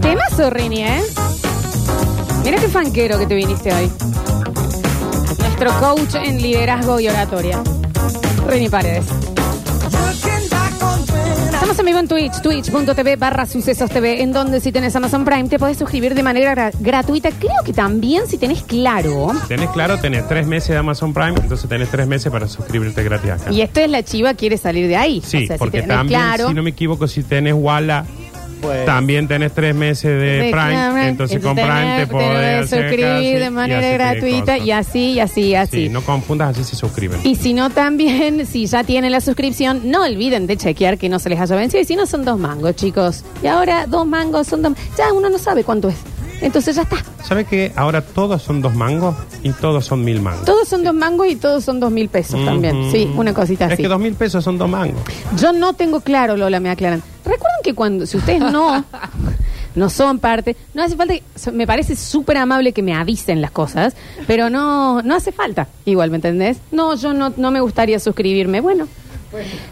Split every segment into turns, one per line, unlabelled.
Temazo, Rini, ¿eh? Mira qué fanquero que te viniste hoy. Nuestro coach en liderazgo y oratoria. Rini Paredes. Estamos en vivo en Twitch, twitch.tv barra sucesos TV, en donde si tenés Amazon Prime te podés suscribir de manera gra- gratuita. Creo que también si tenés claro.
Tenés claro, tenés tres meses de Amazon Prime, entonces tenés tres meses para suscribirte gratis acá.
Y esto es la chiva quiere salir de ahí.
Sí,
O sea, si
porque
tenés
también,
claro,
si no me equivoco, si tenés Walla,
Pues-
también tenés tres meses de
de-
Prime, entonces con Prime
tenés-
te podés hacer caso
suscribir
y-
de
y
manera
hacer
gratuita
cosas.
y así, y así, y así.
Sí, no confundas, así se suscriben.
Y si no, también, si ya tienen la suscripción, no olviden de chequear que no se les haya vencido. Y si no, son dos mangos, chicos. Y ahora, dos mangos son dos. Ya uno no sabe cuánto es. Entonces ya está.
¿Sabes que ahora todos son dos mangos y todos son mil mangos?
Todos son dos mangos y todos son dos mil pesos también.
Ujú.
Sí, una cosita
Es
así.
que dos mil pesos son dos mangos.
Yo no tengo claro, Lola, me aclaran. Recuerden que cuando, si ustedes no, no son parte, no hace falta, que- so- me parece súper amable que me avisen las cosas, pero no, no hace falta, igual, ¿me entendés? No, yo no, no me gustaría suscribirme, bueno.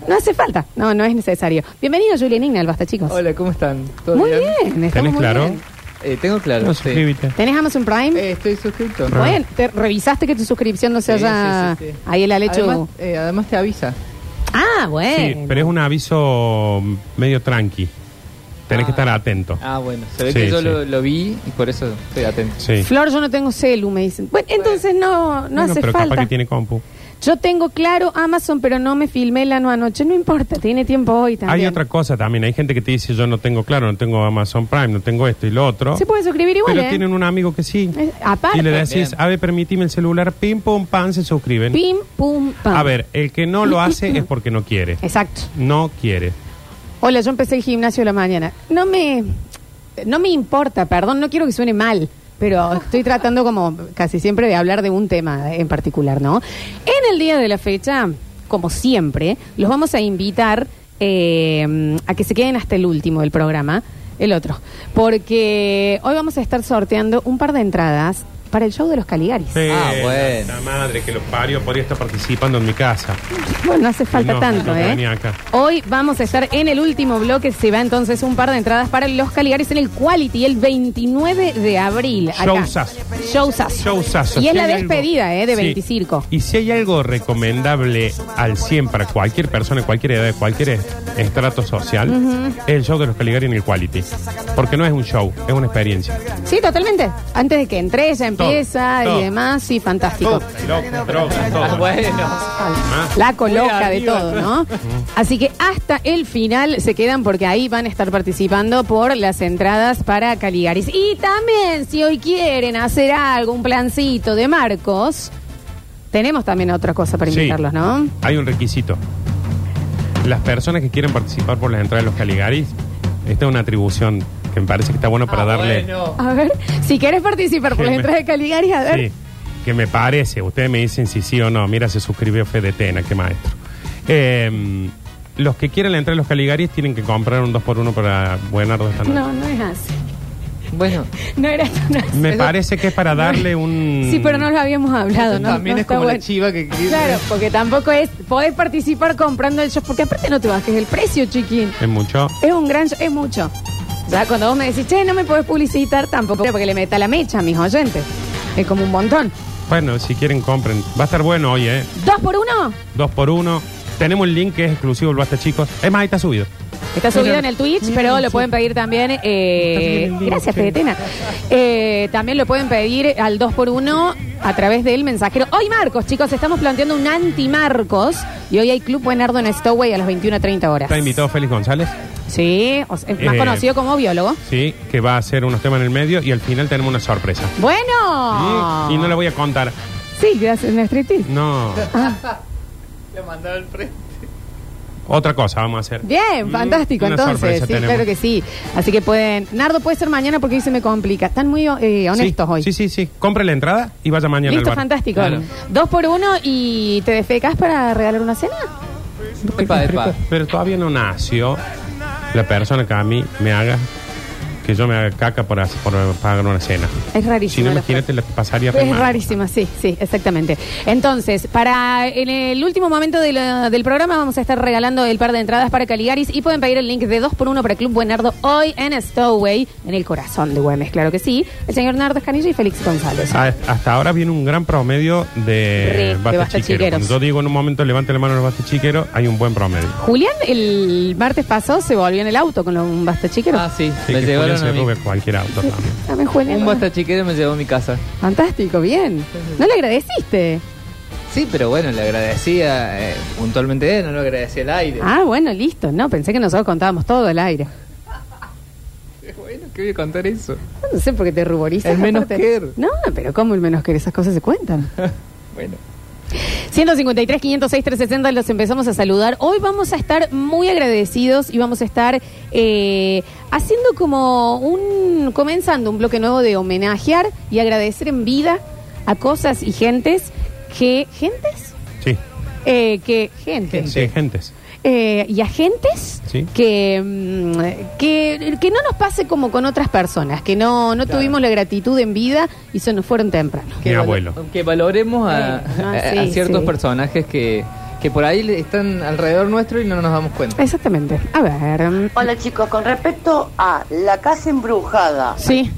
No hace falta, no, no es necesario. Bienvenido, Julián Igna, al Basta, chicos.
Hola, ¿cómo están? ¿Todo
Muy bien, estamos
¿Tenés
muy
claro?
bien.
Eh, tengo claro.
No,
sí.
suscríbete.
¿Tenés Amazon Prime?
Eh, estoy suscrito.
Bueno,
Bueno, ¿te ¿revisaste que tu suscripción no se
Sí,
haya
sí, sí, sí.
ahí el halecho?
Además, eh, además te avisa.
ah, bueno.
Sí, pero es un aviso medio tranqui. Tenés
Ah.
que estar atento.
Ah, bueno. Se ve
Sí,
que yo
sí.
lo, lo vi y por eso estoy atento.
Sí.
Flor, yo no tengo celu, me dicen. Bueno, entonces no, no
Bueno,
hace
pero
falta.
capaz que tiene compu.
Yo tengo claro Amazon, pero no me filmé la no anoche. No importa, tiene tiempo hoy también.
Hay otra cosa también. Hay gente que te dice, yo no tengo claro, no tengo Amazon Prime, no tengo esto y lo otro.
Se puede suscribir igual,
Pero
¿eh?
tienen un amigo que sí.
Eh, aparte.
Y le decís,
Bien.
a ver, permitime el celular, pim, pum, pan, se suscriben.
Pim, pum, pam.
A ver, el que no lo hace es porque no quiere.
Exacto.
No quiere.
Hola, yo empecé el gimnasio de la mañana. No me, no me importa, perdón, no quiero que suene mal, pero estoy tratando como casi siempre de hablar de un tema en particular, ¿no? En el día de la fecha, como siempre, los vamos a invitar eh, a que se queden hasta el último del programa, el otro, porque hoy vamos a estar sorteando un par de entradas para el show de los Caligaris.
Ah, bueno.
La madre que los parió podría estar participando en mi casa.
Bueno, no hace falta
No,
tanto,
no,
¿eh?
venía acá.
Hoy vamos a estar en el último bloque. Se va entonces un par de entradas para los Caligaris en el Quality el 29 de abril. acá.
Showzazo.
Showzazo.
Showzazo.
Y
Si
es la
hay algo-
despedida, ¿eh? De
Sí.
25.
Y si hay algo recomendable al 100 para cualquier persona, de cualquier edad, de cualquier est- estrato social, es el show de los Caligari en el Quality. Porque no es un show, es una experiencia.
Sí, totalmente. Antes de que entre, ya
Todo,
empieza
todo.
y demás. Sí, fantástico.
Loco, droga, todo. ¿Ah?
Ah, bueno.
La coloca de
arriba.
todo, ¿no? Así que hasta el final se quedan porque ahí van a estar participando por las entradas para Caligaris. Y también, si hoy quieren hacer algo, un plancito de Marcos, tenemos también otra cosa para
Sí.
invitarlos, ¿no?
Hay un requisito. Las personas que quieren participar por las entradas de los Caligaris, esta es una atribución que me parece que está bueno para
Ah,
darle.
bueno.
A ver, si quieres participar por las
Sí, me-
entradas de Caligaris, a ver.
Sí, que me parece. Ustedes me dicen si sí o no. Mira, se suscribió Fede Tena, qué maestro. Eh, los que quieran entrar a los Caligaris tienen que comprar un 2x1 para Buenardo esta noche.
No, no es así.
Bueno,
No era tan así.
Me
Eso-
parece que es para darle un.
Sí, pero no lo habíamos hablado, ¿no?
también
No
es
está
como la
bueno.
chiva que...
¿eh?
Claro, porque tampoco es. Podés participar comprando el shop, porque aparte no te bajes el precio, chiquín.
Es mucho.
Es un gran, es mucho. Ya cuando vos me decís, che, no me podés publicitar tampoco, porque le meta la mecha a mis oyentes. Es como un montón.
Bueno, si quieren, compren. Va a estar bueno hoy, ¿eh?
¿Dos por uno?
2x1. Tenemos el link que es exclusivo del Basta Chicos. Es más, ahí está subido.
Está subido en el Twitch,
Mira,
pero lo
sí.
pueden pedir también. eh,
Está bien en vivo,
gracias,
sí.
Fedetena. Eh, también lo pueden pedir al 2x1 a través del mensajero. Hoy, Marcos, chicos, estamos planteando un anti-Marcos. Y hoy hay Club Buenardo en Stoway a las 21.30 horas.
Está invitado Félix González.
Sí, o sea, es más
Eh,
conocido como biólogo.
Sí, que va a hacer unos temas en el medio y al final tenemos una sorpresa.
Bueno.
Y, y no la voy a contar.
Sí, gracias, en striptease.
No.
Ah.
Le mandaba el frente.
Otra cosa vamos a hacer.
Bien,
Mm,
fantástico,
una
entonces.
sorpresa
Sí,
tenemos.
claro que sí. Así que pueden. Nardo puede ser mañana porque hoy se me complica. Están muy eh, honestos
Sí,
hoy.
Sí, sí, sí. Compre la entrada y vaya mañana
Listo,
al bar.
fantástico.
Claro.
Dos por uno y te defecas para regalar una cena.
Epa, epa.
Pero todavía no nació la persona que a mí me haga que yo me haga caca por, hacer- por pagar una cena.
Es rarísimo.
Si no,
la
imagínate,
frase.
la pasaría re
Es
mal.
rarísimo, sí, sí, exactamente. Entonces, para en el último momento de la- del programa vamos a estar regalando el par de entradas para Caligaris y pueden pedir el link de 2x1 para Club Buenardo hoy en Stowaway, en el corazón de Güemes, claro que sí. El señor Nardo Escanilla y Félix González.
Ah, Hasta ahora viene un gran promedio
Re,
de
de
basta
basta
chiquero. Cuando
chiqueros.
yo digo en un momento levante la mano los basta chiquero, hay un buen promedio.
Julián el martes pasado se volvió en el auto con un basta chiquero.
Ah, sí,
Sí,
me
que Julián
llevaron
se
a mí.
robe cualquier auto también.
Dame, Julián.
Un basta chiquero me llevó a mi casa.
Fantástico, bien. No le agradeciste.
Sí, pero bueno, le agradecía eh, puntualmente él, no lo agradecía el aire.
Ah, bueno, listo. No, pensé que nosotros contábamos todo el aire.
Bueno, ¿qué voy a contar eso?
No sé por qué te ruborizas.
El menos
aparte.
queer.
No, pero ¿cómo el menos que Esas cosas se cuentan.
Bueno.
153, 506, 360 los empezamos a saludar. Hoy vamos a estar muy agradecidos y vamos a estar eh, haciendo como un, comenzando un bloque nuevo de homenajear y agradecer en vida a cosas y gentes que, gentes,
Sí,
Eh, que, gentes.
sí, gentes.
Eh, y a gentes
Sí.
que, mm, que, que no nos pase como con otras personas, que no, no tuvimos la gratitud en vida y se nos fueron temprano.
Mi abuelo.
Que valoremos a,
Sí, ah,
a- a
sí,
ciertos
sí.
personajes que, que por ahí le- están alrededor nuestro y no nos damos cuenta.
Exactamente. A ver. mm,
Hola chicos, con respecto a la casa embrujada
Sí,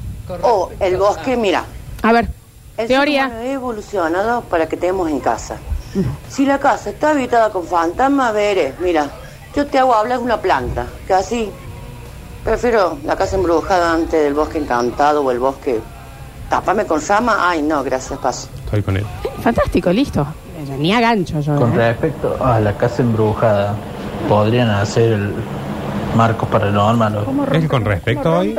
o el bosque, mira,
a ver.
el ser humano
Teoría.
ha evolucionado para que tenemos en casa. Si la casa está habitada con fantasmas, veré, mira, yo te hago hablar de una planta, que así prefiero la casa embrujada antes del bosque encantado o el bosque. Tapame con llama, ay no, gracias, paso.
Estoy con él.
Fantástico, listo. Ni a gancho yo.
Con
¿eh?
respecto a la casa embrujada, podrían hacer el marco paranormal. o-
¿Es con respecto hoy?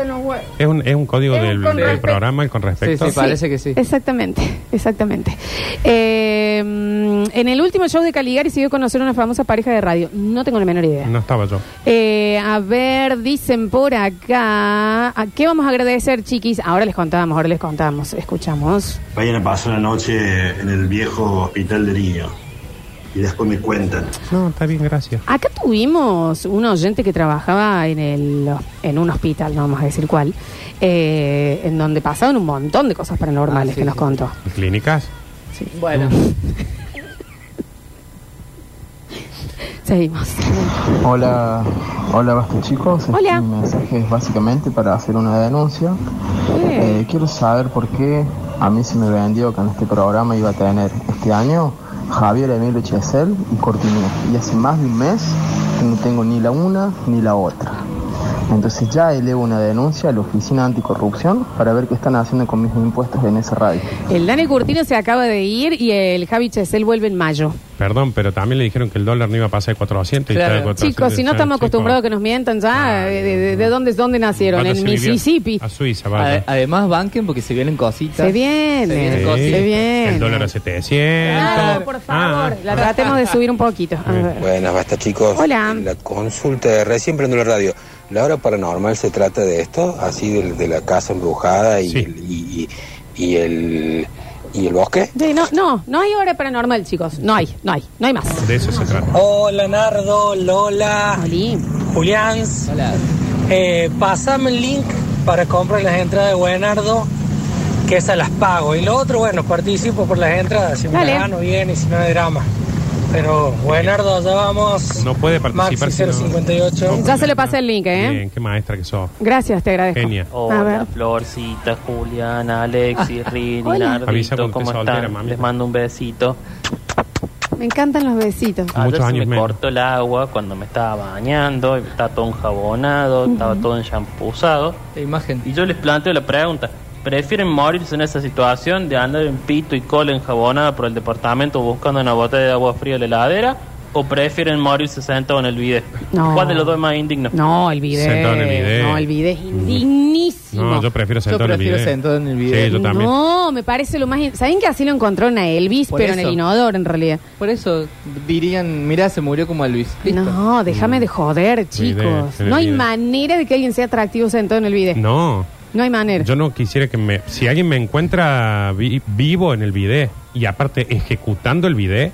Es un, es un código del, del programa, el con respecto.
Sí, sí, parece que sí.
Exactamente, exactamente. Eh, mm, en el último show de Caligari se dio a conocer una famosa pareja de radio. No tengo la menor idea.
No estaba yo.
Eh, a ver, dicen por acá. ¿A qué vamos a agradecer, chiquis? Ahora les contábamos, ahora les contábamos. Escuchamos.
Vayan a pasar la noche en el viejo hospital de niños y después me cuentan.
No, está bien, gracias.
Acá tuvimos un oyente que trabajaba en, el, en un hospital, no vamos a decir cuál, eh, en donde pasaban un montón de cosas paranormales
Ah, sí,
que nos
sí.
contó.
¿En clínicas?
Bueno.
Seguimos.
Hola, hola basta chicos. Este
Hola.
mensaje es básicamente para hacer una denuncia.
Eh.
Eh, quiero saber por qué a mí se me vendió que en este programa iba a tener este año Javier Emilio Chesel y Cortinía. Y hace más de un mes que no tengo ni la una ni la otra. Entonces ya elevo una denuncia a la Oficina Anticorrupción para ver qué están haciendo con mis impuestos en esa radio.
El Dani Curtino se acaba de ir y el Javi Chesel vuelve en mayo.
Perdón, pero también le dijeron que el dólar no iba a pasar de 400 y
Claro.
está de 400.
Chicos, si no estamos
Chicos,
acostumbrados a que nos mientan ya,
Ay,
eh, de, de- de dónde, dónde nacieron?
vaya
En
si vivió-
Mississippi.
A Suiza, vaya.
Ade- Además, banquen porque se vienen cositas.
Se viene,
Se vienen
Sí.
cositas.
se viene.
El dólar a 700.
Claro, por favor,
Ah,
la tratemos de subir un poquito. A
Bien.
ver.
Buenas, basta chicos.
Hola.
La consulta de recién prendo la radio. La hora paranormal se trata de esto, así de, de la casa embrujada y,
Sí.
el- y, y- y el y el bosque.
Sí, no, no, no hay hora paranormal, chicos. No hay, no hay, no hay más.
de eso se trata.
Hola Nardo,
Ah.
Lola,
Oli.
Julián,
Hola.
eh, pasame el link para comprar las entradas de Buenardo, que esas las pago. Y lo otro, bueno, participo por las entradas, si me
Dale.
las gano bien y si no hay drama. Pero Buenardo, allá vamos.
No puede participar.
Maxi
si no-
058.
no,
Ya se le pasa el link, ¿eh?
Bien, qué maestra que sos.
Gracias, te agradezco.
Genia.
A ver.
Hola, Florcita, Juliana, Alexis,
Ah,
Rini,
Hola.
Nardito,
Avisa cuando
¿cómo
estés soltera,
están?
mami. pues.
Les mando un besito.
Me encantan los besitos.
Ah,
Con muchos
Ayer se
años
me
menos.
cortó el agua cuando me estaba bañando, y estaba todo enjabonado, estaba todo enchampuzado.
La imagen.
Y yo les planteo la pregunta, ¿prefieren morirse en esa situación de andar en pito y cola enjabonada por el departamento buscando una botella de agua fría en la heladera? ¿O prefieren morirse sentado en el bidet?
No.
¿Cuál de los dos es más indigno?
No, el video.
Sentado en el video.
No, el video es indignísimo.
No, yo prefiero sentado en el video.
prefiero sentado en el video.
Sí, yo también.
No, me parece lo más. in- ¿Saben que así lo encontró una Elvis,
Por
pero en
eso.
el inodoro en realidad?
Por eso dirían, mirá, se murió como a Luis. Listo.
No, déjame de joder, chicos.
en el
No hay
video.
manera de que alguien sea atractivo sentado en el video. No,
No.
hay manera.
Yo no quisiera que me. Si alguien me encuentra vi- vivo en el video y aparte ejecutando el video,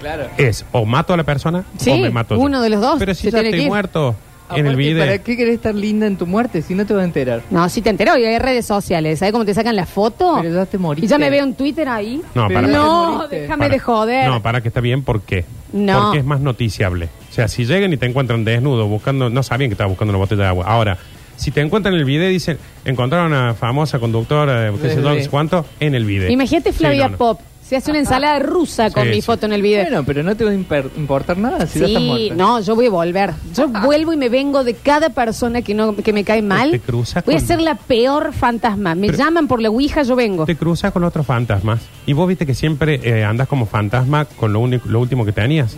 Claro.
es o mato a la persona
Sí,
o me mato yo.
uno de los dos
Pero
se
si ya
tiene que
estoy
ir.
muerto. en el
Aparte,
video.
¿Para qué querés estar linda en tu muerte si no te vas a enterar?
No, si te enteró, y hay redes sociales. ¿Sabes cómo te sacan la foto?
Pero ya te moriste.
Y ya me veo en Twitter ahí.
No, para,
Pero
para.
No,
moriste.
déjame
Para.
de joder.
No, para que está bien, ¿por qué?
No.
Porque es más noticiable. O sea, si llegan y te encuentran desnudo buscando, no sabían que estaba buscando una botella de agua. Ahora, si te encuentran en el video y dicen, encontraron a una famosa conductora, de qué sé yo,
Desde-
no sé cuánto, en el video.
Imagínate
Sí,
Flavia
no, no.
Pop. Se hace una ensalada rusa con
Sí,
mi
sí.
foto en el video.
Bueno, pero no te va a imper- importar nada si ya estás
Sí,
muerta.
no, yo voy a volver. Yo vuelvo y me vengo de cada persona que no que me cae mal.
Ah. Te cruzas
voy a
con-
ser la peor fantasma. Me
Pero-
llaman por la Ouija, yo vengo.
Te cruzas con otros fantasmas. Y vos viste que siempre eh, andas como fantasma con lo, único, lo último que tenías.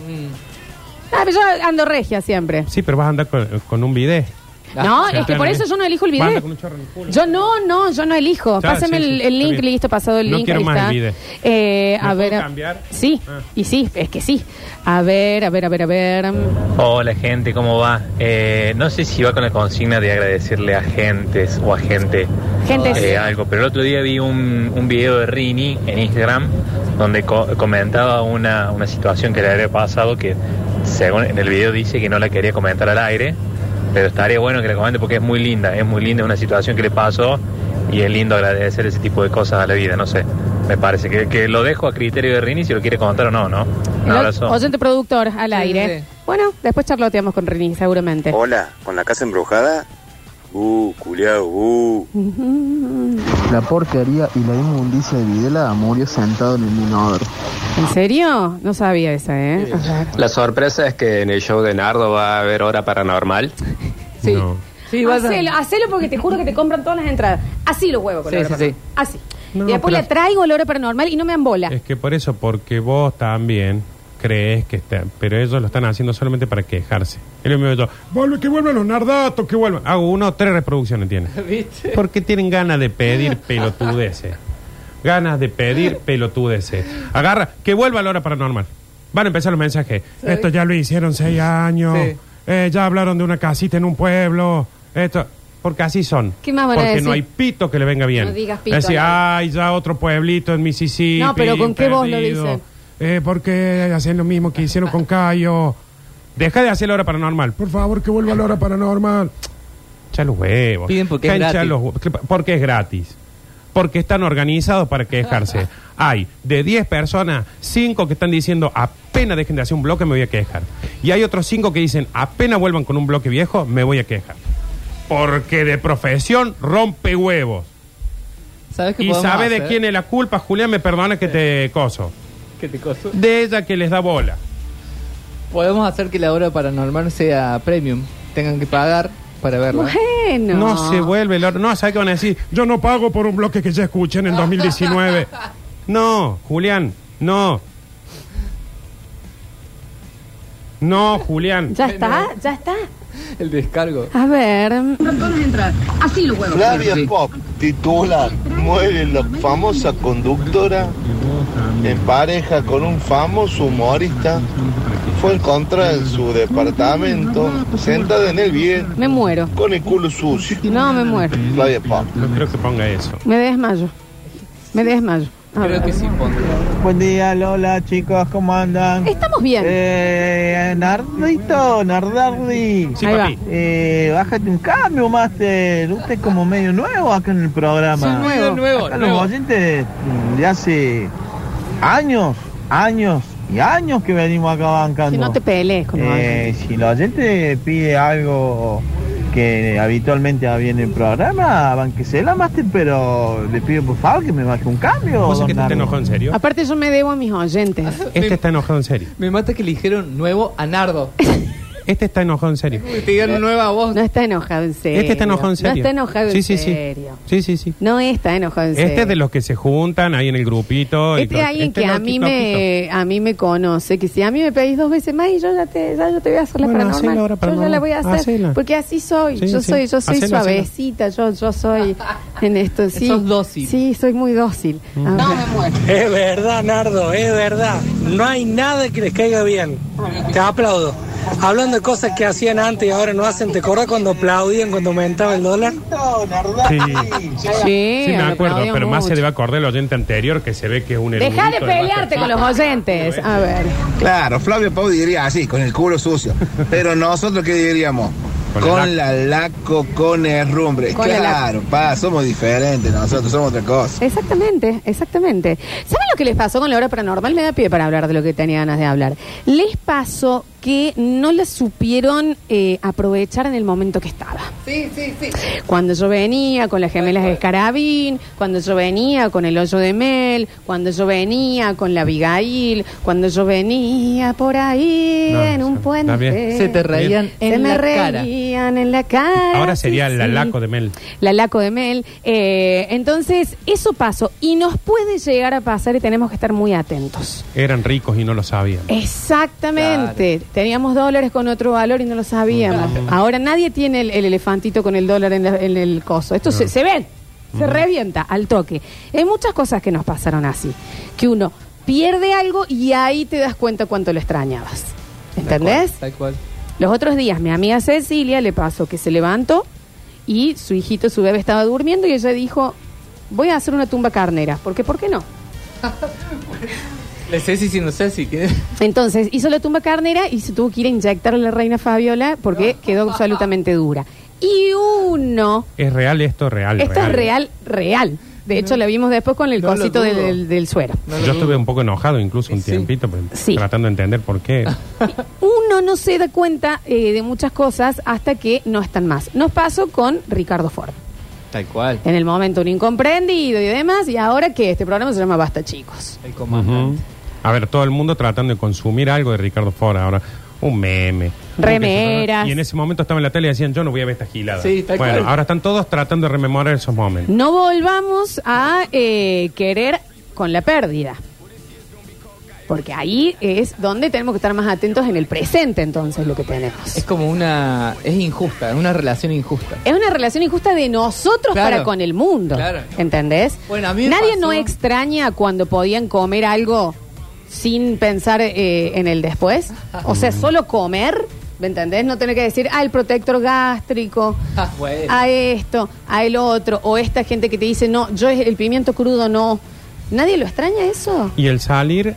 Ah, pero yo ando regia siempre.
Sí, pero vas a andar con, con un bidet.
No,
Sí,
es que por
también.
eso yo no elijo el
Vas a andar con
video.
un chorro en el culo.
Yo no, no, yo no elijo.
Ya,
Pásame el,
sí, sí,
el
está
link,
bien.
listo, pasado el
No
link.
quiero
ahí
más
está.
el video.
Eh,
¿Me
a
puedo
ver. a-
cambiar?
Sí,
Ah.
y sí, es que sí. A ver, a ver, a ver, a ver.
Hola gente, ¿cómo va? Eh, no sé si va con la consigna de agradecerle a gentes o a gente
Gentes.
eh, algo, pero el otro día vi un, un video de Rini en Instagram donde co- comentaba una, una situación que le había pasado que según en el video dice que no la quería comentar al aire, pero estaría bueno que la comente porque es muy linda, es muy linda, es una situación que le pasó y es lindo agradecer ese tipo de cosas a la vida, no sé, me parece que, que lo dejo a criterio de Rini si lo quiere comentar o no, ¿no? Un
El
abrazo.
oyente productor al aire.
sí.
Bueno, después charloteamos con Rini, seguramente.
Hola, con la casa embrujada. Uh, culiao, uh.
La porquería y la inmundicia de Videla murió sentado en el inodoro.
¿En serio? No sabía esa, ¿eh? Ajá.
La sorpresa es que en el show de Nardo va a haber hora paranormal.
Sí.
No.
Sí, vas a-
Hacelo, hacelo porque te juro que te compran todas las entradas. Así los huevos con la
Sí,
hora
sí, sí.
paranormal. Así.
No,
y después
pero-
le traigo el hora paranormal y no me ambola.
Es que por eso, porque vos también crees que está, pero ellos lo están haciendo solamente para quejarse. Y lo mismo yo, vuelve, que vuelvan los nardatos, que vuelvan. Hago uno, tres reproducciones tiene.
¿Viste?
Porque tienen ganas de pedir pelotudeces. Ganas de pedir pelotudeces. Agarra, que vuelva la hora paranormal. Van a empezar los mensajes.
¿Sabes?
Esto ya lo hicieron seis años.
Sí.
Eh, ya hablaron de una casita en un pueblo. Esto. Porque así son.
¿Qué más van a
Porque
decir?
no hay pito que le venga bien.
No digas pito,
Es decir,
Alan.
ay, ya otro pueblito en Mississippi.
No, pero ¿con qué voz lo
perdido.
dicen?
Eh, porque hacen lo mismo que hicieron con Cayo. Deja de hacer la hora paranormal. Por favor, que vuelva la hora paranormal. Hincha los huevos.
Piden porque es
Hincha
gratis.
los huevos. Porque es gratis. Porque están organizados para quejarse. Hay de 10 personas, 5 que están diciendo apenas dejen de hacer un bloque, me voy a quejar. Y hay otros 5 que dicen apenas vuelvan con un bloque viejo, me voy a quejar. Porque de profesión rompe huevos.
¿Sabes qué
Y
podemos
sabe de
hacer?
quién es la culpa, Julián, me perdona que te coso.
Que te coso.
De ella que les da bola.
Podemos hacer que la hora paranormal sea premium. Tengan que pagar para ¿eh? verla.
Bueno.
No. se vuelve el or- No, ¿sabes qué van a decir? Yo no pago por un bloque que ya escuché en el 2019. No, Julián, no. No, Julián.
Ya está, ya está.
El descargo.
A ver. Así los huevos.
Flavia Pop titula Muere la famosa conductora en pareja con un famoso humorista. Fue encontrada en su departamento, sentada en el bien,
Me muero.
con el culo sucio.
No, me muero.
Flavia Pop.
No creo que ponga eso.
Me desmayo. Me desmayo. A
Creo
ver.
que sí, pondré.
Buen día, Lola, chicos, ¿cómo andan?
Estamos bien.
Eh, Nardito, Nardardi.
Sí, Ahí papi. va.
Eh, bájate un cambio, Master. Usted es como medio nuevo acá en el programa.
Soy nuevo, nuevo,
Acá
nuevo.
Los oyentes mm, de hace años, años y años que venimos acá bancando.
Si no te pelees con los
Eh, si el oyente pide algo que habitualmente había en el programa, banquesela, Master, pero le pido por favor que me baje un cambio.
¿Vos sabés
don
que este está
Nardo.
enojado en serio?
Aparte yo me debo a mis oyentes.
Ah.
Este está enojado en serio.
Me mata que eligieron nuevo a Nardo.
Este está enojado en serio.
Que te digan nueva voz.
No está enojado en serio.
Este está enojado en serio.
No está enojado
sí,
en
sí,
serio.
Sí, sí, sí. sí.
No está enojado en serio.
Este es de los que se juntan ahí en el grupito. y
Este
todo.
es alguien
Este
que
no,
a mí
Tito,
me a mí me conoce, que si a mí me pedís dos veces más y yo ya te, ya yo te voy a hacer la
Bueno,
paranormal.
hacela ahora,
Yo ya
paranormal.
la voy a hacer.
Hacela.
Porque así soy,
Sí,
yo
sí.
soy, yo soy
Hacela,
suavecita, yo, yo soy en esto, sí.
Sos dócil.
Sí, soy muy dócil.
Mm.
A ver.
Es verdad, Nardo, es verdad. No hay nada que les caiga bien. Te aplaudo. Hablando de cosas que hacían antes y ahora no hacen, ¿te acordás cuando aplaudían cuando aumentaba el dólar?
Sí.
Sí,
Sí, me
lo
acuerdo,
aplaudían
pero más se
mucho.
debe acordar el oyente anterior que se ve que es un erudito
Deja de
del Masterchef.
pelearte con los oyentes. A ver.
"Ah, Claro, Flavio Pau diría así, con el culo sucio. Pero nosotros, ¿qué diríamos?
Con la
Con la laco, con herrumbre.
Con la
claro, pa, somos diferentes nosotros, somos otra cosa.
Exactamente, exactamente. ¿Saben lo que les pasó con la hora paranormal? Me da pie para hablar de lo que tenía ganas de hablar. Les pasó que no la supieron eh, aprovechar en el momento que estaba.
Sí, sí, sí.
Cuando yo venía con las gemelas de Escarabín, cuando yo venía con el hoyo de Mel, cuando yo venía con la Abigail, cuando yo venía por ahí
No,
en un puente.
bien. Se te reían
Se
en
me
la cara.
reían en la cara.
Ahora sería
sí,
la
sí.
laco de Mel.
La laco de Mel. Eh, entonces, eso pasó y nos puede llegar a pasar y tenemos que estar muy atentos.
Eran ricos y no lo sabían.
Eh. Exactamente. Teníamos dólares con otro valor y no lo sabíamos. Ahora nadie tiene el, el elefantito con el dólar en, la- en el coso. Esto se, se ve, se revienta al toque. Hay muchas cosas que nos pasaron así, que uno pierde algo y ahí te das cuenta cuánto lo extrañabas. ¿Entendés?
Tal cual.
Los otros días, mi amiga Cecilia le pasó que se levantó y su hijito, su bebé estaba durmiendo y ella dijo, voy a hacer una tumba carnera, porque ¿por qué no?
Le sé si no sé si. que-
Entonces hizo la tumba carnera y se tuvo que ir a inyectar a la reina Fabiola porque quedó absolutamente dura. Y uno,
Es real esto, real.
esto es real, real. De hecho, la vimos después con el
No lo
cosito
dudo.
del, del- del suero.
Yo estuve un poco enojado incluso un
Sí.
tiempito pero
Sí.
tratando de entender por qué.
Uno no se da cuenta eh, de muchas cosas hasta que no están más. Nos pasó con Ricardo Ford.
Tal cual.
En el momento un incomprendido y demás, y ahora que este programa se llama Basta Chicos.
El
Ujú. A ver, todo el mundo tratando de consumir algo de Ricardo Ford ahora. Un meme.
Remeras.
Y en ese momento estaba en la tele y decían, yo no voy a ver esta gilada.
Sí, tal
bueno,
cual.
ahora están todos tratando de rememorar esos momentos.
No volvamos a eh, querer con la pérdida. Porque ahí es donde tenemos que estar más atentos en el presente, entonces, lo que tenemos.
Es como una. Es injusta, una relación injusta.
Es una relación injusta de nosotros
Claro.
para con el mundo.
Claro.
¿Entendés?
Bueno, a mí me
Nadie
pasó-
no extraña cuando podían comer algo sin pensar eh, en el después. O sea,
Mm.
solo comer, ¿me entendés? No tener que decir, ah, el protector gástrico,
Ah, bueno.
a esto, a el otro, o esta gente que te dice, no, yo es- el pimiento crudo no. ¿Nadie lo extraña eso?
Y el salir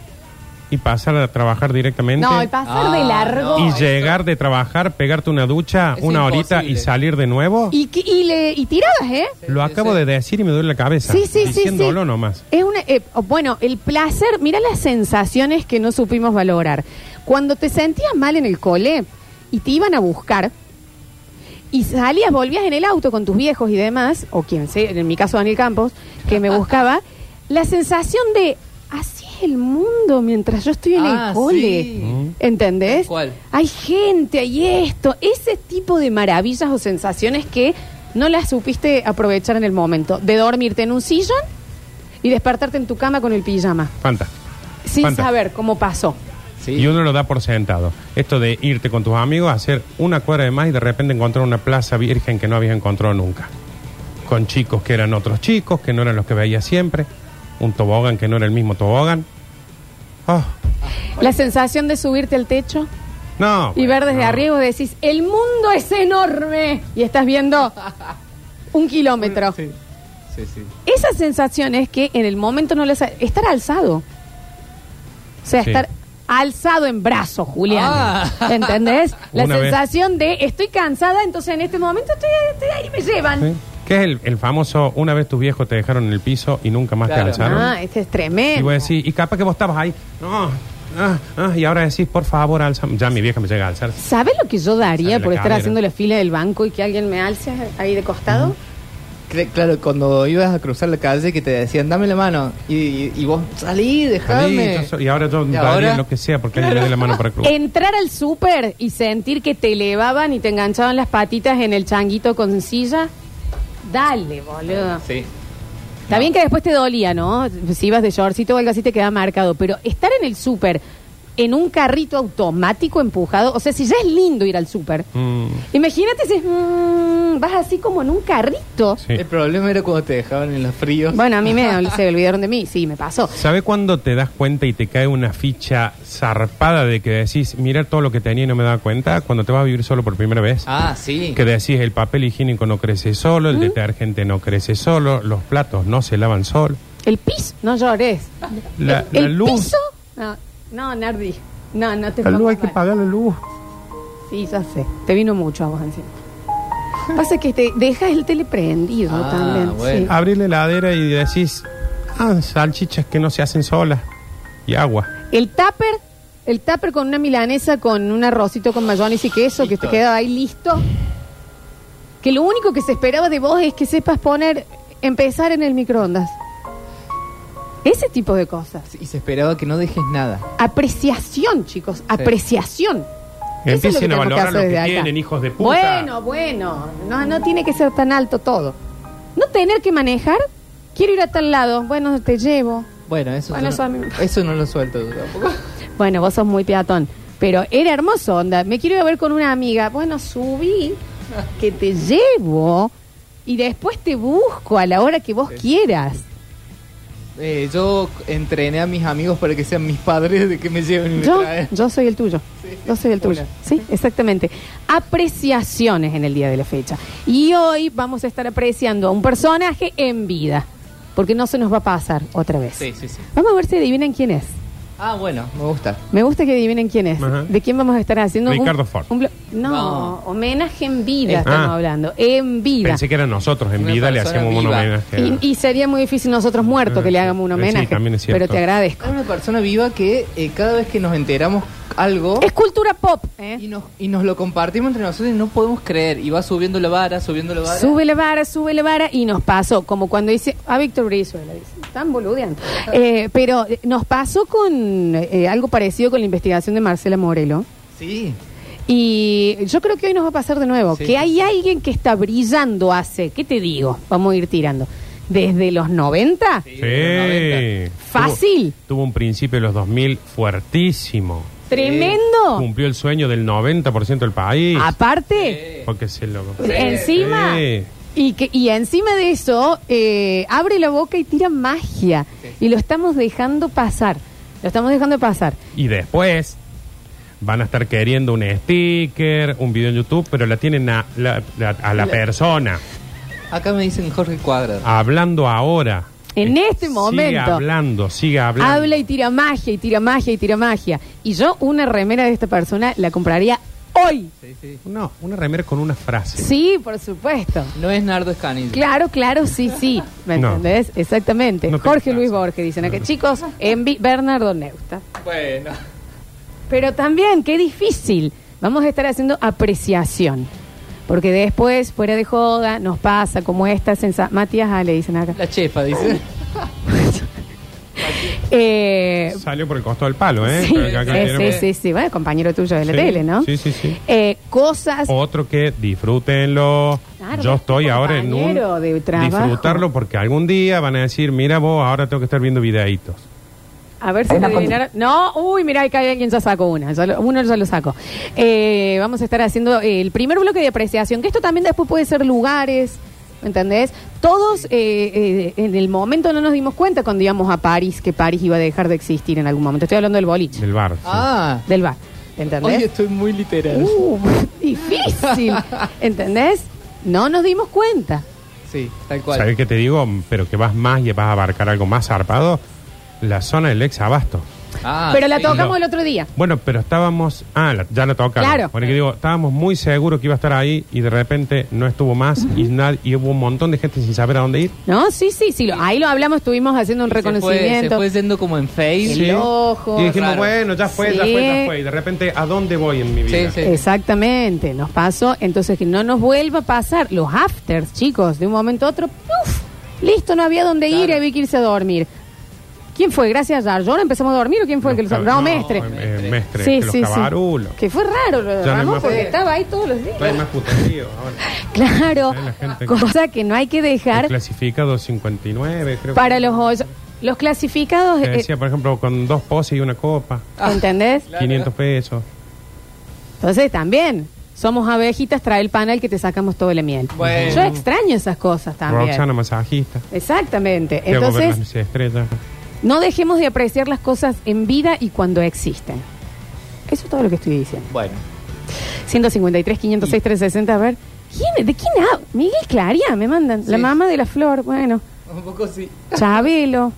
y pasar a trabajar directamente.
No, el pasar
Ah,
de largo.
y llegar de trabajar, pegarte una ducha,
Es
una horita y
imposible.
salir de nuevo.
Y, que- y, le, y tiradas, ¿eh?
Lo acabo de decir y me duele la cabeza.
Sí, sí, sí,
Diciéndolo
sí.
nomás.
Es una, eh, oh, bueno, el placer, mira las sensaciones que no supimos valorar. Cuando te sentías mal en el cole y te iban a buscar y salías, volvías en el auto con tus viejos y demás, o quien sea, en mi caso Daniel Campos, que me buscaba, la sensación de así es el mundo mientras yo estoy en
Ah,
el cole.
sí.
¿Entendés?
cual.
Hay gente, hay esto, ese tipo de maravillas o sensaciones que no las supiste aprovechar en el momento. De dormirte en un sillón y despertarte en tu cama con el pijama.
Fantástico.
Sin
Fantástico.
saber cómo pasó.
Y uno lo da por sentado. Esto de irte con tus amigos a hacer una cuadra de más y de repente encontrar una plaza virgen que no habías encontrado nunca. Con chicos que eran otros chicos, que no eran los que veías siempre. Un tobogán que no era el mismo tobogán. Ah,
La sensación de subirte al techo
no.
y ver desde arriba y decís, el mundo es enorme. Y estás viendo un kilómetro.
Sí, sí.
Esas sensaciones que en el momento no las... Estar alzado. O sea,
Sí.
estar alzado en brazos, Julián.
Ah.
¿Entendés? La
Una vez.
sensación de estoy cansada, entonces en este momento estoy, estoy ahí me llevan.
Sí. ¿Qué es el, el famoso, una vez tus viejos te dejaron en el piso y nunca más
Claro.
te alzaron?
Ah, este es
Y
tremendo.
voy a decir, y capaz que vos estabas ahí. No, ah, ah, y ahora decís, por favor, alzame. Ya mi vieja me llega a alzar.
¿Sabes lo que yo daría
Sale
por
la
estar
cadera.
haciendo la fila del banco y que alguien me alce ahí de costado?
Cre- Claro, cuando ibas a cruzar la calle que te decían, dame la mano. Y, y- y vos, salí,
Salí,
dejame.
yo soy- Y ahora yo
¿Y
daría
ahora?
lo que sea porque alguien me dé la mano para cruzar.
Entrar al súper y sentir que te elevaban y te enganchaban las patitas en el changuito con silla. Dale, boludo.
Ah, Sí.
Está bien que después te dolía, ¿no? Si ibas de shortcito o algo así te quedaba marcado, pero estar en el súper en un carrito automático empujado, o sea, si ya es lindo ir al súper,
Mm.
imagínate si es, mm, vas así como en un carrito.
El problema era cuando te dejaban en los fríos.
Bueno, a mí me, se olvidaron de mí, sí, me pasó.
¿Sabe cuándo te das cuenta y te cae una ficha zarpada de que decís, mira todo lo que tenía y no me daba cuenta? Cuando te vas a vivir solo por primera vez.
Ah, sí.
Que decís, el papel higiénico no crece solo, el detergente no crece solo, los platos no se lavan solo.
El piso, no llores.
La,
el
la luz.
piso, no, no, Nardi, no, no te
La luz hay
pongas
que
mal.
pagar la luz.
Sí, ya sé, te vino mucho a vos encima. Pasa que te dejas el tele prendido
Ah,
también. sí.
Abrís la heladera y decís, ah, salchichas que no se hacen solas. Y agua.
El tupper, el tupper con una milanesa, con un arrocito con mayonesa y queso que te queda ahí listo. Que lo único que se esperaba de vos es que sepas poner, empezar en el microondas. Ese tipo de cosas.
Y se esperaba que no dejes nada.
Apreciación, chicos, apreciación. Eso es lo que
Empiecen a
tenemos que
valorar
hacer
lo que
desde acá.
tienen, hijos de puta.
Bueno, bueno, no, no tiene que ser tan alto todo. No tener que manejar, quiero ir a tal lado, bueno, te llevo.
Bueno, eso,
Bueno,
yo
eso a
no,
mí-
eso no lo suelto yo tampoco.
Bueno, vos sos muy peatón. Pero era hermoso, onda. Me quiero ir a ver con una amiga. Bueno, subí, que te llevo y después te busco a la hora que vos quieras.
Eh, yo entrené a mis amigos para que sean mis padres de que me lleven y me
Yo,
traen.
yo soy el tuyo. Yo soy el tuyo. Sí, exactamente. Apreciaciones en el día de la fecha. Y hoy vamos a estar apreciando a un personaje en vida. Porque no se nos va a pasar otra vez.
Sí, sí, sí.
Vamos a ver si adivinan quién es.
Ah, bueno, me gusta.
Me gusta que adivinen quién es.
Ajá.
¿De quién vamos a estar haciendo? un-
Ricardo Ford.
un blo- no,
No.
homenaje en vida
Ah.
estamos hablando. En vida.
Pensé que eran nosotros, en
Una
vida le
persona
hacíamos un
viva.
homenaje.
Y, y sería muy difícil nosotros muertos
Ah,
que le hagamos un
sí,
homenaje.
también es cierto.
Pero te agradezco.
Es una persona viva que eh, cada vez que nos enteramos algo
Es cultura pop. ¿eh?
y nos, y nos lo compartimos entre nosotros y no podemos creer. Y va subiendo la vara, subiendo la vara.
Sube la vara, sube la vara y nos pasó, como cuando dice a Víctor Brizuela, dice, están boludeando. Eh, pero eh, nos pasó con eh, algo parecido con la investigación de Marcela Morelo.
Sí.
Y yo creo que hoy nos va a pasar de nuevo,
Sí.
que hay alguien que está brillando hace, ¿qué te digo? Vamos a ir tirando. Desde los 90,
Sí. Tuvo-
fácil,
Tuvo, un principio de los 2000 fuertísimo.
tremendo.
Cumplió el sueño del 90% del país.
Aparte,
Porque se lo...
Encima.
Sí.
y, que, y encima de eso, eh, abre la boca y tira magia. Y lo estamos dejando pasar. Lo estamos dejando pasar.
Y después van a estar queriendo un sticker, un video en YouTube, pero la tienen a la, la- a la
La-
persona.
Acá me dicen Jorge Cuadra.
Hablando ahora.
En este
Sigue
momento,
hablando, sigue hablando.
habla y tira magia, y tira magia, y tira magia. Y yo una remera de esta persona la compraría hoy.
No, una remera con una frase.
Sí, por supuesto.
No es Nardo Escanilla.
Claro, claro, sí, sí. ¿Me
No.
entendés? Exactamente.
No tengo
Jorge Luis Borges dicen acá. Chicos, envi Bernardo Neusta.
Bueno.
Pero también, qué difícil. Vamos a estar haciendo apreciación. Porque después, fuera de joda, nos pasa como esta sensación. Matías A, le dicen acá.
La chefa, dice.
Eh,
Salió por el costado del palo, ¿eh?
sí,
Pero acá- acá
sí, sí,
tenemos-
sí, sí. Bueno, compañero tuyo de la
Sí,
tele, ¿no?
Sí, sí, sí.
Eh, cosas.
Otro que disfrútenlo.
Claro,
Yo estoy ahora en un
compañero de trabajo.
disfrutarlo porque algún día van a decir, mira vos, ahora tengo que estar viendo videitos.
A ver si te
una
adivinaron. No, uy, mira, acá hay alguien ya sacó una. Ya lo- uno ya lo sacó. Eh, vamos a estar haciendo el primer bloque de apreciación, que esto también después puede ser lugares, ¿me ¿entendés? Todos eh, eh, en el momento no nos dimos cuenta cuando íbamos a París que París iba a dejar de existir en algún momento. Estoy hablando del boliche.
Del bar.
Ah.
Del bar, ¿entendés?
Hoy estoy muy literal.
Uh, difícil, ¿entendés? No nos dimos cuenta.
Sí, tal cual.
¿Sabés qué te digo? Pero que vas más y vas a abarcar algo más zarpado. La zona del ex abasto.
Ah,
Pero la tocamos
No.
el otro día.
Bueno, pero estábamos. Ah, la- ya la tocaron.
Claro.
Bueno, que digo, estábamos muy seguros que iba a estar ahí y de repente no estuvo más y, nad- y hubo un montón de gente sin saber a dónde ir.
No, sí, sí, sí. lo- ahí lo hablamos, estuvimos haciendo un
Se fue, se
reconocimiento.
fue yendo como en Face.
El ojo.
y dijimos,
Raro.
bueno, ya fue, ya fue, ya
Sí.
fue. Y de repente, ¿a dónde voy en mi vida?
Exactamente, nos pasó. Entonces, que no nos vuelva a pasar los afters, chicos, de un momento a otro. ¡puf! Listo, no había dónde ir, había que irse a dormir. ¿Quién fue? Gracias a Yarlón empezamos a dormir o quién fue el que lo sacó? No, Mestre.
Eh, mestre,
Sí,
que los
sí, sí.
cabarulos.
Que fue raro lo de
Ya no hay
Ramón
más
porque
putas.
estaba ahí todos los días.
No hay más puterío ahora.
Claro,
La gente
cosa que no hay que
que
dejar
clasifica 259, creo.
para
que,
los hoy- los clasificados,
que
eh,
decía, Ah. por ejemplo, con dos poses y una copa.
¿entendés?
500 pesos.
Entonces también somos abejitas, trae el panel que te sacamos toda la miel.
Bueno.
Yo extraño esas cosas también.
Roxana, masajista.
Exactamente.
Tengo que ver
Entonces,
las estrellas.
no dejemos de apreciar las cosas en vida y cuando existen. Eso es todo lo que estoy diciendo.
Bueno.
153, 506, 360, a ver. ¿Quién, ¿De quién hablo? Miguel Claria, me mandan. La mamá de la flor, bueno.
Un poco sí.
Chabelo.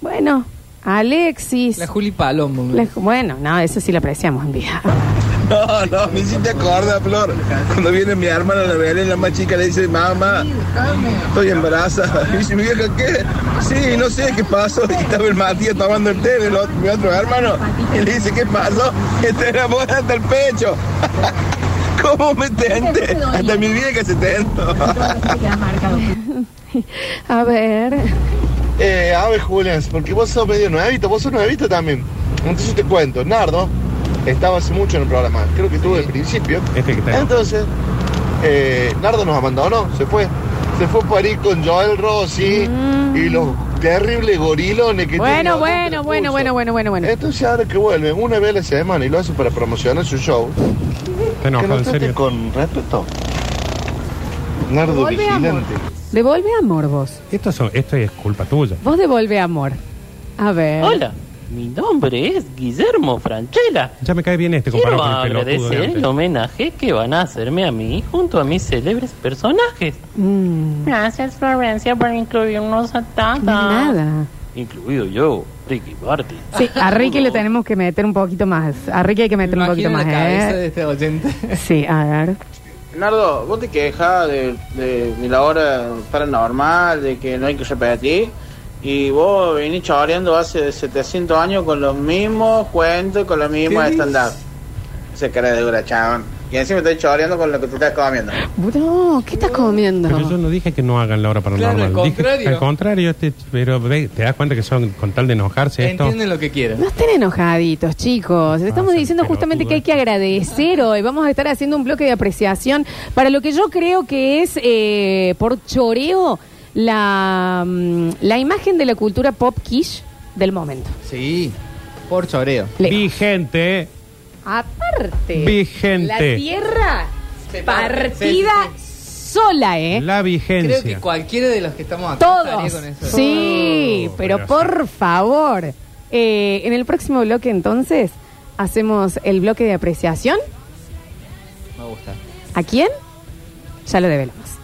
Bueno, Alexis.
La Juli Palombo.
La- bueno, no, eso sí lo apreciamos en vida.
No, no, me hiciste acordar, Flor. Cuando viene mi hermana, la Belén, la más chica, le dice, mamá, estoy embarazada. Y dice, mi vieja, ¿qué? Sí, no sé qué pasó. Y estaba el Matías tomando el té del otro, mi otro hermano. Y le dice, ¿qué pasó? Que te enamoré hasta el pecho. ¿Cómo me tenté? Hasta mi vieja se tentó.
A ver.
Eh, a ver, Julián, porque vos sos medio nuevito, vos sos nuevito también. Entonces te cuento, Nardo estaba hace mucho en el programa, creo que estuvo al principio.
Este que está.
Entonces, eh, Nardo nos abandonó, se fue. Se fue a París con Joel Rossi
Mm.
y los terribles gorilones que tiene
Bueno,
Nardo.
bueno, bueno, bueno, bueno, bueno, bueno.
Entonces ahora que vuelve una vez a la semana y lo hace para promocionar su show,
Te
que
enoja,
lo
en
trate
serio.
con respeto. Nardo
Devolve amor.
vigilante.
Devolve amor vos.
Esto, son- esto es culpa tuya.
Vos devolve amor. A ver.
Hola, mi nombre es Guillermo Franchella.
Ya me cae bien este
Quiero
comparado con el pelotudo. de
agradecer el
antes.
homenaje que van a hacerme a mí junto a mis célebres personajes.
Mm.
Gracias Florencia por incluirnos a Tata.
Nada.
Incluido yo, Ricky Martin.
Sí, a Ricky le tenemos que meter un poquito más. A Ricky hay que meter un poquito
Imagina
más,
la cabeza de
¿eh?
este oyente.
Sí, a ver.
Nardo, ¿vos te quejas de, de, de la hora paranormal, de que no hay que repetir? Y vos venís chavareando hace 700 años con los mismos cuentos, con los mismos
¿Qué
stand-up. Se cara de dura, chabón. Y encima estoy chavareando con lo que te estás comiendo.
No, ¿qué estás comiendo?
Pero yo no dije que no hagan la hora paranormal.
Claro, al
Dije-
contrario.
al contrario, este- pero ve, te das cuenta que son con tal de enojarse esto.
Entienden lo que quieren.
No estén enojaditos,
Ah,
chicos. Le estamos diciendo justamente que hay que agradecer hoy. Vamos a estar haciendo un bloque de apreciación para lo que yo creo que es, eh, por choreo, la, mm, la imagen de la cultura pop quiche del momento.
Sí, por choreo.
Vigente.
Aparte,
Vigente.
la tierra partida sola, ¿eh?
La vigencia.
Creo que cualquiera de los que estamos acá estaría
Todos.
con eso.
Sí, pero por favor. Eh, en el próximo bloque, entonces, hacemos el bloque de apreciación.
Me gusta.
¿A quién? Ya lo develamos.